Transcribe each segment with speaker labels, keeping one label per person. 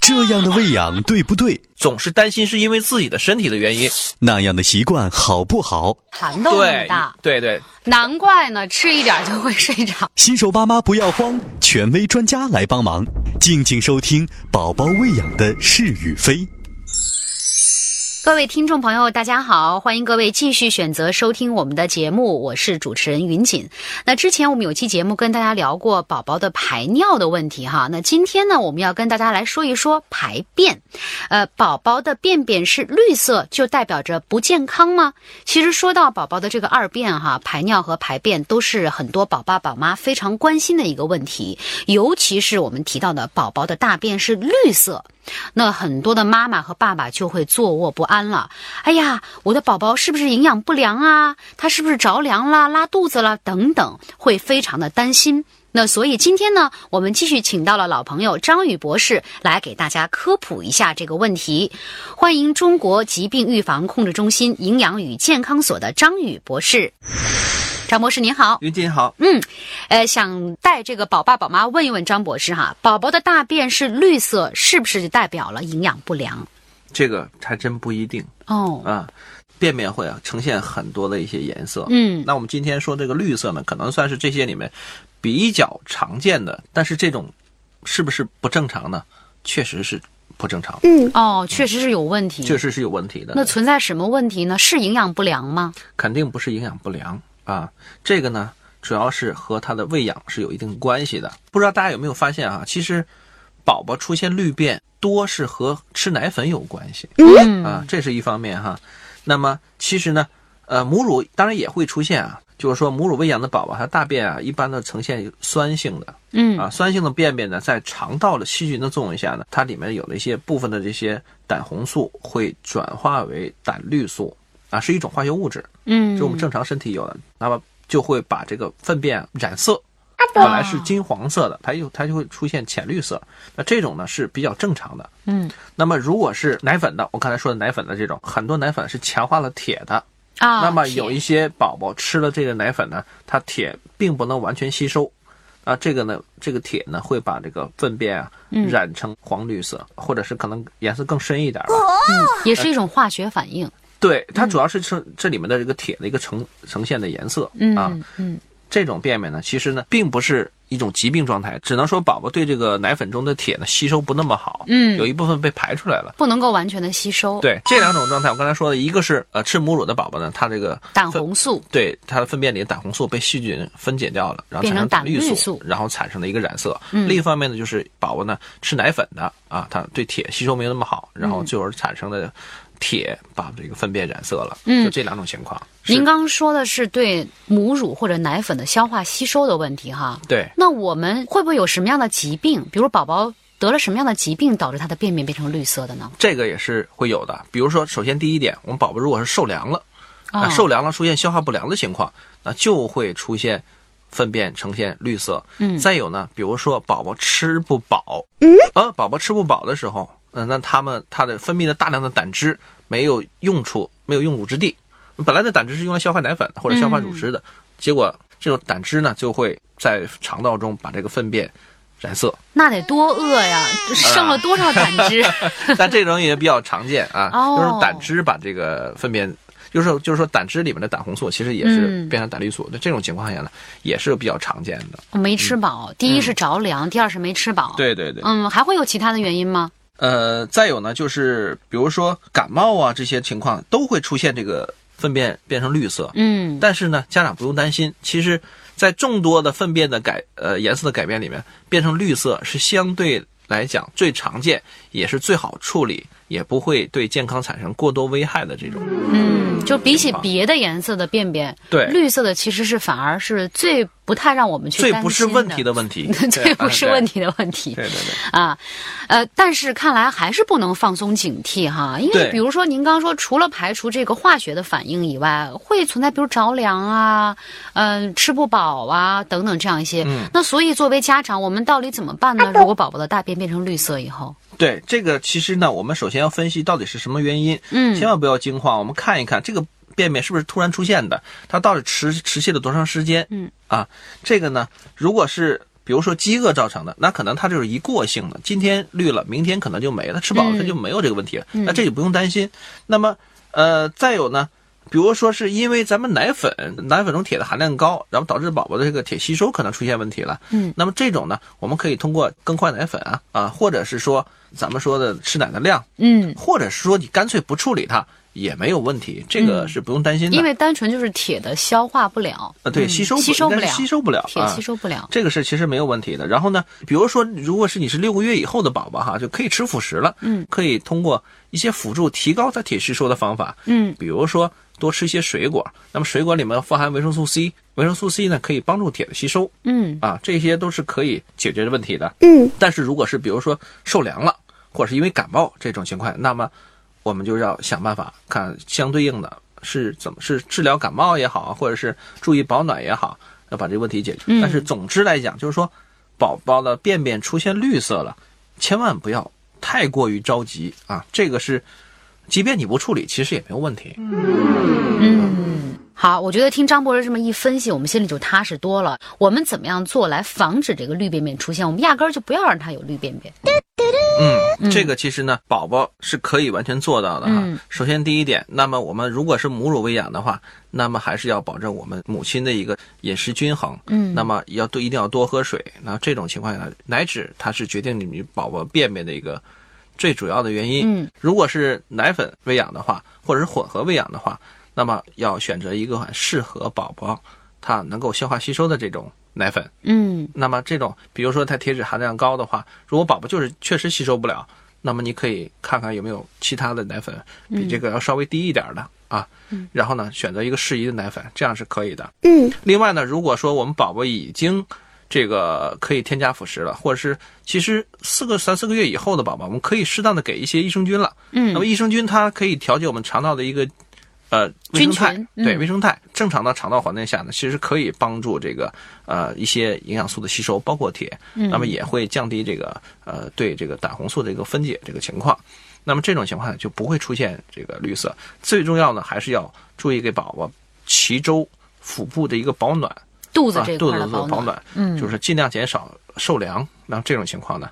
Speaker 1: 这样的喂养对不对？
Speaker 2: 总是担心是因为自己的身体的原因。
Speaker 1: 那样的习惯好不好？
Speaker 3: 痰都那么
Speaker 2: 对
Speaker 3: 大，，
Speaker 2: 对对，
Speaker 3: 难怪呢，吃一点就会睡着。
Speaker 1: 新手爸妈不要慌，权威专家来帮忙。静静收听宝宝喂养的是与非。
Speaker 3: 各位听众朋友，大家好，欢迎各位继续选择收听我们的节目，我是主持人云锦。那之前我们有期节目跟大家聊过宝宝的排尿的问题哈，那今天呢，我们要跟大家来说一说排便。呃，宝宝的便便是绿色，就代表着不健康吗？其实说到宝宝的这个二便哈，排尿和排便都是很多宝爸宝妈非常关心的一个问题，尤其是我们提到的宝宝的大便是绿色。那很多的妈妈和爸爸就会坐卧不安了。哎呀，我的宝宝是不是营养不良啊？他是不是着凉啦、拉肚子啦等等，会非常的担心。那所以今天呢，我们继续请到了老朋友张宇博士来给大家科普一下这个问题。欢迎中国疾病预防控制中心营养与健康所的张宇博士。张博士您好，
Speaker 2: 云锦好，
Speaker 3: 呃，想带这个宝爸宝妈问一问张博士哈，宝宝的大便是绿色，是不是就代表了营养不良？
Speaker 2: 这个还真不一定
Speaker 3: 哦，
Speaker 2: 啊。便便会啊呈现很多的一些颜色，
Speaker 3: 嗯
Speaker 2: 那我们今天说这个绿色呢，可能算是这些里面比较常见的，但是这种是不是不正常呢？确实是不正常，
Speaker 3: 哦，确实是有问题。
Speaker 2: 确实是有问题的。
Speaker 3: 那存在什么问题呢？是营养不良吗？
Speaker 2: 肯定不是营养不良啊，这个呢主要是和它的喂养是有一定关系的。不知道大家有没有发现啊？其实宝宝出现绿便多是和吃奶粉有关系
Speaker 3: 嗯
Speaker 2: 啊，这是一方面哈。那么其实呢，呃，母乳当然也会出现啊，就是说母乳喂养的宝宝，它大便啊一般都呈现酸性的，
Speaker 3: 嗯
Speaker 2: 啊，酸性的便便呢，在肠道的细菌的作用下呢，它里面有了一些部分的这些胆红素会转化为胆绿素啊，是一种化学物质，
Speaker 3: 嗯，
Speaker 2: 就我们正常身体有的，那么就会把这个粪便染色，
Speaker 3: 啊
Speaker 2: 本来是金黄色的，它又它就会出现浅绿色，那这种呢是比较正常的。
Speaker 3: 嗯
Speaker 2: 那么如果是奶粉的，我刚才说的奶粉的这种，很多奶粉是强化了铁的，
Speaker 3: 啊，
Speaker 2: 那么有
Speaker 3: 铁
Speaker 2: 一些宝宝吃了这个奶粉呢，它铁并不能完全吸收，啊，这个呢，这个铁呢会把这个粪便啊
Speaker 3: 嗯
Speaker 2: 染成黄绿色，或者是可能颜色更深一点吧。
Speaker 3: 也是一种化学反应。
Speaker 2: 对，它主要是呈这里面的这个铁的一个呈呈现的颜色
Speaker 3: 嗯
Speaker 2: 啊。
Speaker 3: 嗯
Speaker 2: 这种便便呢，其实呢并不是一种疾病状态，只能说宝宝对这个奶粉中的铁呢吸收不那么好，
Speaker 3: 嗯
Speaker 2: 有一部分被排出来了。
Speaker 3: 不能够完全的吸收。，
Speaker 2: 对这两种状态，我刚才说的，一个是呃吃母乳的宝宝呢，他这个
Speaker 3: 胆
Speaker 2: 分
Speaker 3: 红素。
Speaker 2: 对它的粪便里的胆红素被细菌分解掉了，然后
Speaker 3: 变
Speaker 2: 产
Speaker 3: 成
Speaker 2: 生
Speaker 3: 胆
Speaker 2: 绿
Speaker 3: 绿素嗯
Speaker 2: 素，然后产生了一个染色。另一方面呢，就是宝宝呢吃奶粉的啊，它对铁吸收没有那么好，然后最后产生的铁把这个粪便染色了。
Speaker 3: 嗯
Speaker 2: 就这两种情况。是
Speaker 3: 您刚刚说的是对母乳或者奶粉的消化吸收的问题哈。
Speaker 2: 对
Speaker 3: 那我们会不会有什么样的疾病？比如宝宝得了什么样的疾病，导致他的便便变成绿色的呢？
Speaker 2: 这个也是会有的。比如说，首先第一点，我们宝宝如果是受凉了，
Speaker 3: 啊
Speaker 2: 啊，受凉了出现消化不良的情况，那就会出现粪便呈现绿色。
Speaker 3: 嗯
Speaker 2: 再有呢，比如说宝宝吃不饱，呃，宝宝吃不饱的时候，嗯、那他们他的分泌了大量的胆汁没有用处，没有用武之地。本来的胆汁是用来消化奶粉或者消化乳汁的，结果这种胆汁呢就会在肠道中把这个粪便染色。
Speaker 3: 那得多饿呀！
Speaker 2: 啊
Speaker 3: 剩了多少胆 汁？，
Speaker 2: 但这种也比较常见啊
Speaker 3: 哦
Speaker 2: 就是胆汁把这个粪便，就是说就是说胆汁里面的胆红素其实也是
Speaker 3: 嗯
Speaker 2: 变成胆绿素，那、这种情况下呢，也是比较常见的。
Speaker 3: 没吃饱，第一是着凉，第二是没吃饱。，
Speaker 2: 嗯对对对，
Speaker 3: 嗯，还会有其他的原因吗？
Speaker 2: 呃，再有呢，就是比如说感冒啊这些情况都会出现这个粪便变成绿色，
Speaker 3: 嗯，
Speaker 2: 但是呢，家长不用担心，其实，在众多的粪便的改呃颜色的改变里面，变成绿色是相对来讲最常见，也是最好处理，也不会对健康产生过多危害的这种。
Speaker 3: 嗯，就比起别的颜色的便便，
Speaker 2: 对
Speaker 3: 绿色的其实是反而是最不太让我们去
Speaker 2: 最
Speaker 3: 担
Speaker 2: 不是
Speaker 3: 心，
Speaker 2: 问题的问 题
Speaker 3: 最不是问。题的问题。
Speaker 2: 嗯对对对，
Speaker 3: 啊，呃，但是看来还是不能放松警惕哈，因为
Speaker 2: 对
Speaker 3: 比如说您刚刚说，除了排除这个化学的反应以外，会存在比如着凉啊，嗯、吃不饱啊等等这样一些。
Speaker 2: 嗯
Speaker 3: 那所以作为家长，我们到底怎么办呢？如果宝宝的大便变成绿色以后，
Speaker 2: 对这个其实呢，我们首先要分析到底是什么原因，
Speaker 3: 嗯
Speaker 2: 千万不要惊慌，我们看一看这个便便是不是突然出现的，它到底持持续了多长时间，
Speaker 3: 嗯
Speaker 2: 啊，这个呢，如果是。比如说饥饿造成的，那可能它就是一过性的，今天绿了，明天可能就没了，吃饱了
Speaker 3: 嗯
Speaker 2: 它就没有这个问题了，那这就不用担心。那么，呃，再有呢，比如说是因为咱们奶粉，奶粉中铁的含量高，然后导致宝宝的这个铁吸收可能出现问题了。
Speaker 3: 嗯，
Speaker 2: 那么这种呢，我们可以通过更换奶粉啊啊，或者是说咱们说的吃奶的量，
Speaker 3: 嗯，
Speaker 2: 或者是说你干脆不处理它也没有问题，这个是不用担心的。
Speaker 3: 嗯因为单纯就是铁的消化不了，
Speaker 2: 呃，对，
Speaker 3: 嗯
Speaker 2: 吸收不
Speaker 3: 吸收
Speaker 2: 应
Speaker 3: 不
Speaker 2: 该
Speaker 3: 了
Speaker 2: 是，吸收不了，
Speaker 3: 铁
Speaker 2: 啊
Speaker 3: 吸收不了。
Speaker 2: 这个是其实没有问题的。然后呢，比如说，如果是你是六个月以后的宝宝哈，就可以吃辅食了。
Speaker 3: 嗯，
Speaker 2: 可以通过一些辅助提高它铁吸收的方法，
Speaker 3: 嗯
Speaker 2: 比如说多吃一些水果。那么水果里面富含维生素 C，维生素 C 呢可以帮助铁的吸收
Speaker 3: 嗯
Speaker 2: 啊，这些都是可以解决问题的。
Speaker 4: 嗯
Speaker 2: 但是如果是比如说受凉了，或者是因为感冒这种情况，那么我们就要想办法看相对应的是怎么是治疗感冒也好，或者是注意保暖也好，要把这个问题解决。
Speaker 3: 嗯
Speaker 2: 但是总之来讲，就是说宝宝的便便出现绿色了，千万不要太过于着急啊，这个是。即便你不处理，其实也没有问题。
Speaker 3: 嗯。好，我觉得听张博士这么一分析，我们心里就踏实多了。我们怎么样做来防止这个绿便便出现？我们压根儿就不要让它有绿便便。
Speaker 2: 嗯，这个其实呢，宝宝是可以完全做到的哈。
Speaker 3: 嗯
Speaker 2: 首先第一点，那么我们如果是母乳喂养的话，那么还是要保证我们母亲的一个饮食均衡。
Speaker 3: 嗯
Speaker 2: 那么要多一定要多喝水。那这种情况下，奶脂它是决定你宝宝便便的一个最主要的原因。
Speaker 3: 嗯，
Speaker 2: 如果是奶粉喂养的话，或者是混合喂养的话，那么要选择一个很适合宝宝他能够消化吸收的这种奶粉。
Speaker 3: 嗯
Speaker 2: 那么这种，比如说它铁脂含量高的话，如果宝宝就是确实吸收不了，那么你可以看看有没有其他的奶粉比这个要稍微低一点的、啊，然后呢选择一个适宜的奶粉，这样是可以的。
Speaker 4: 嗯
Speaker 2: 另外呢，如果说我们宝宝已经这个可以添加辅食了，或者是其实四个三四个月以后的宝宝，我们可以适当的给一些益生菌了。
Speaker 3: 嗯
Speaker 2: 那么益生菌它可以调节我们肠道的一个呃微生态
Speaker 3: 菌，群
Speaker 2: 对
Speaker 3: 嗯
Speaker 2: 微生态。正常的肠道环境下呢，其实可以帮助这个呃一些营养素的吸收，包括铁。
Speaker 3: 嗯
Speaker 2: 那么也会降低这个呃对这个胆红素的一个分解这个情况。那么这种情况下就不会出现这个绿色。最重要呢，还是要注意给宝宝脐周、腹部的一个保暖，
Speaker 3: 肚子
Speaker 2: 啊，
Speaker 3: 这
Speaker 2: 肚
Speaker 3: 块
Speaker 2: 子
Speaker 3: 儿的
Speaker 2: 的
Speaker 3: 保
Speaker 2: 保
Speaker 3: 暖，
Speaker 2: 暖，
Speaker 3: 嗯
Speaker 2: 就是尽量减少受凉。那这种情况呢，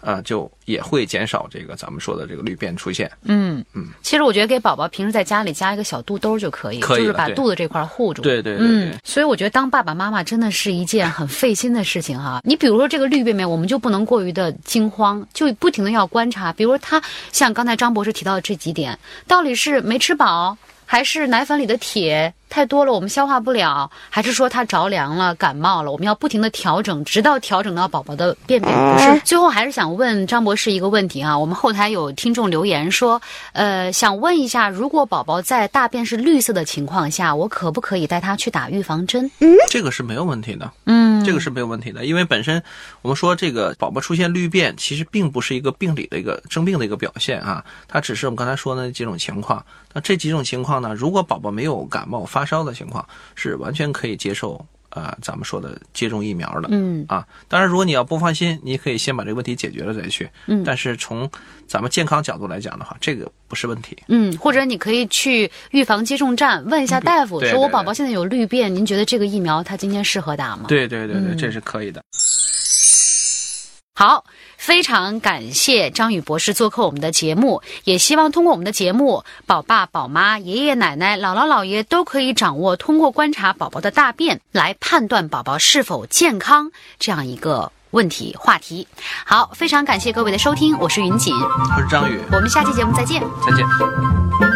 Speaker 2: 呃，就也会减少这个咱们说的这个绿便出现。
Speaker 3: 嗯嗯。其实我觉得给宝宝平时在家里加一个小肚兜就可以，
Speaker 2: 可以
Speaker 3: 就是
Speaker 2: 了
Speaker 3: 把
Speaker 2: 对
Speaker 3: 肚子这块儿护住。
Speaker 2: 对对对对
Speaker 3: 嗯，所以我觉得当爸爸妈妈真的是一件很费心的事情哈、啊你比如说这个绿便便，我们就不能过于的惊慌，就不停的要观察。比如说他像刚才张博士提到的这几点，到底是没吃饱，还是奶粉里的铁太多了，我们消化不了，还是说他着凉了、感冒了，我们要不停的调整，直到调整到宝宝的便便不是。最后还是想问张博士一个问题啊，我们后台有听众留言说，呃，想问一下，如果宝宝在大便是绿色的情况下，我可不可以带他去打预防针？
Speaker 2: 这个是没有问题的，
Speaker 3: 嗯，
Speaker 2: 这个是没有问题的，因为本身我们说这个宝宝出现绿便，其实并不是一个病理的一个生病的一个表现啊，它只是我们刚才说的那几种情况。那这几种情况呢，如果宝宝没有感冒发烧的情况，是完全可以接受呃咱们说的接种疫苗的。
Speaker 3: 嗯
Speaker 2: 啊，当然，如果你要不放心，你可以先把这个问题解决了再去。
Speaker 3: 嗯
Speaker 2: 但是从咱们健康角度来讲的话，这个不是问题。
Speaker 3: 嗯，或者你可以去预防接种站问一下大夫，
Speaker 2: 嗯对
Speaker 3: 说
Speaker 2: 对
Speaker 3: 我
Speaker 2: 对
Speaker 3: 宝宝现在有绿便，您觉得这个疫苗他今天适合打吗？
Speaker 2: 对对对对，
Speaker 3: 嗯
Speaker 2: 这是可以的。
Speaker 3: 好，非常感谢张宇博士做客我们的节目，也希望通过我们的节目，宝爸、宝妈、爷爷奶奶、姥姥姥爷都可以掌握通过观察宝宝的大便来判断宝宝是否健康这样一个问题话题。好，非常感谢各位的收听，我是云锦，
Speaker 2: 我是张宇，
Speaker 3: 我们下期节目再见。
Speaker 2: 再见。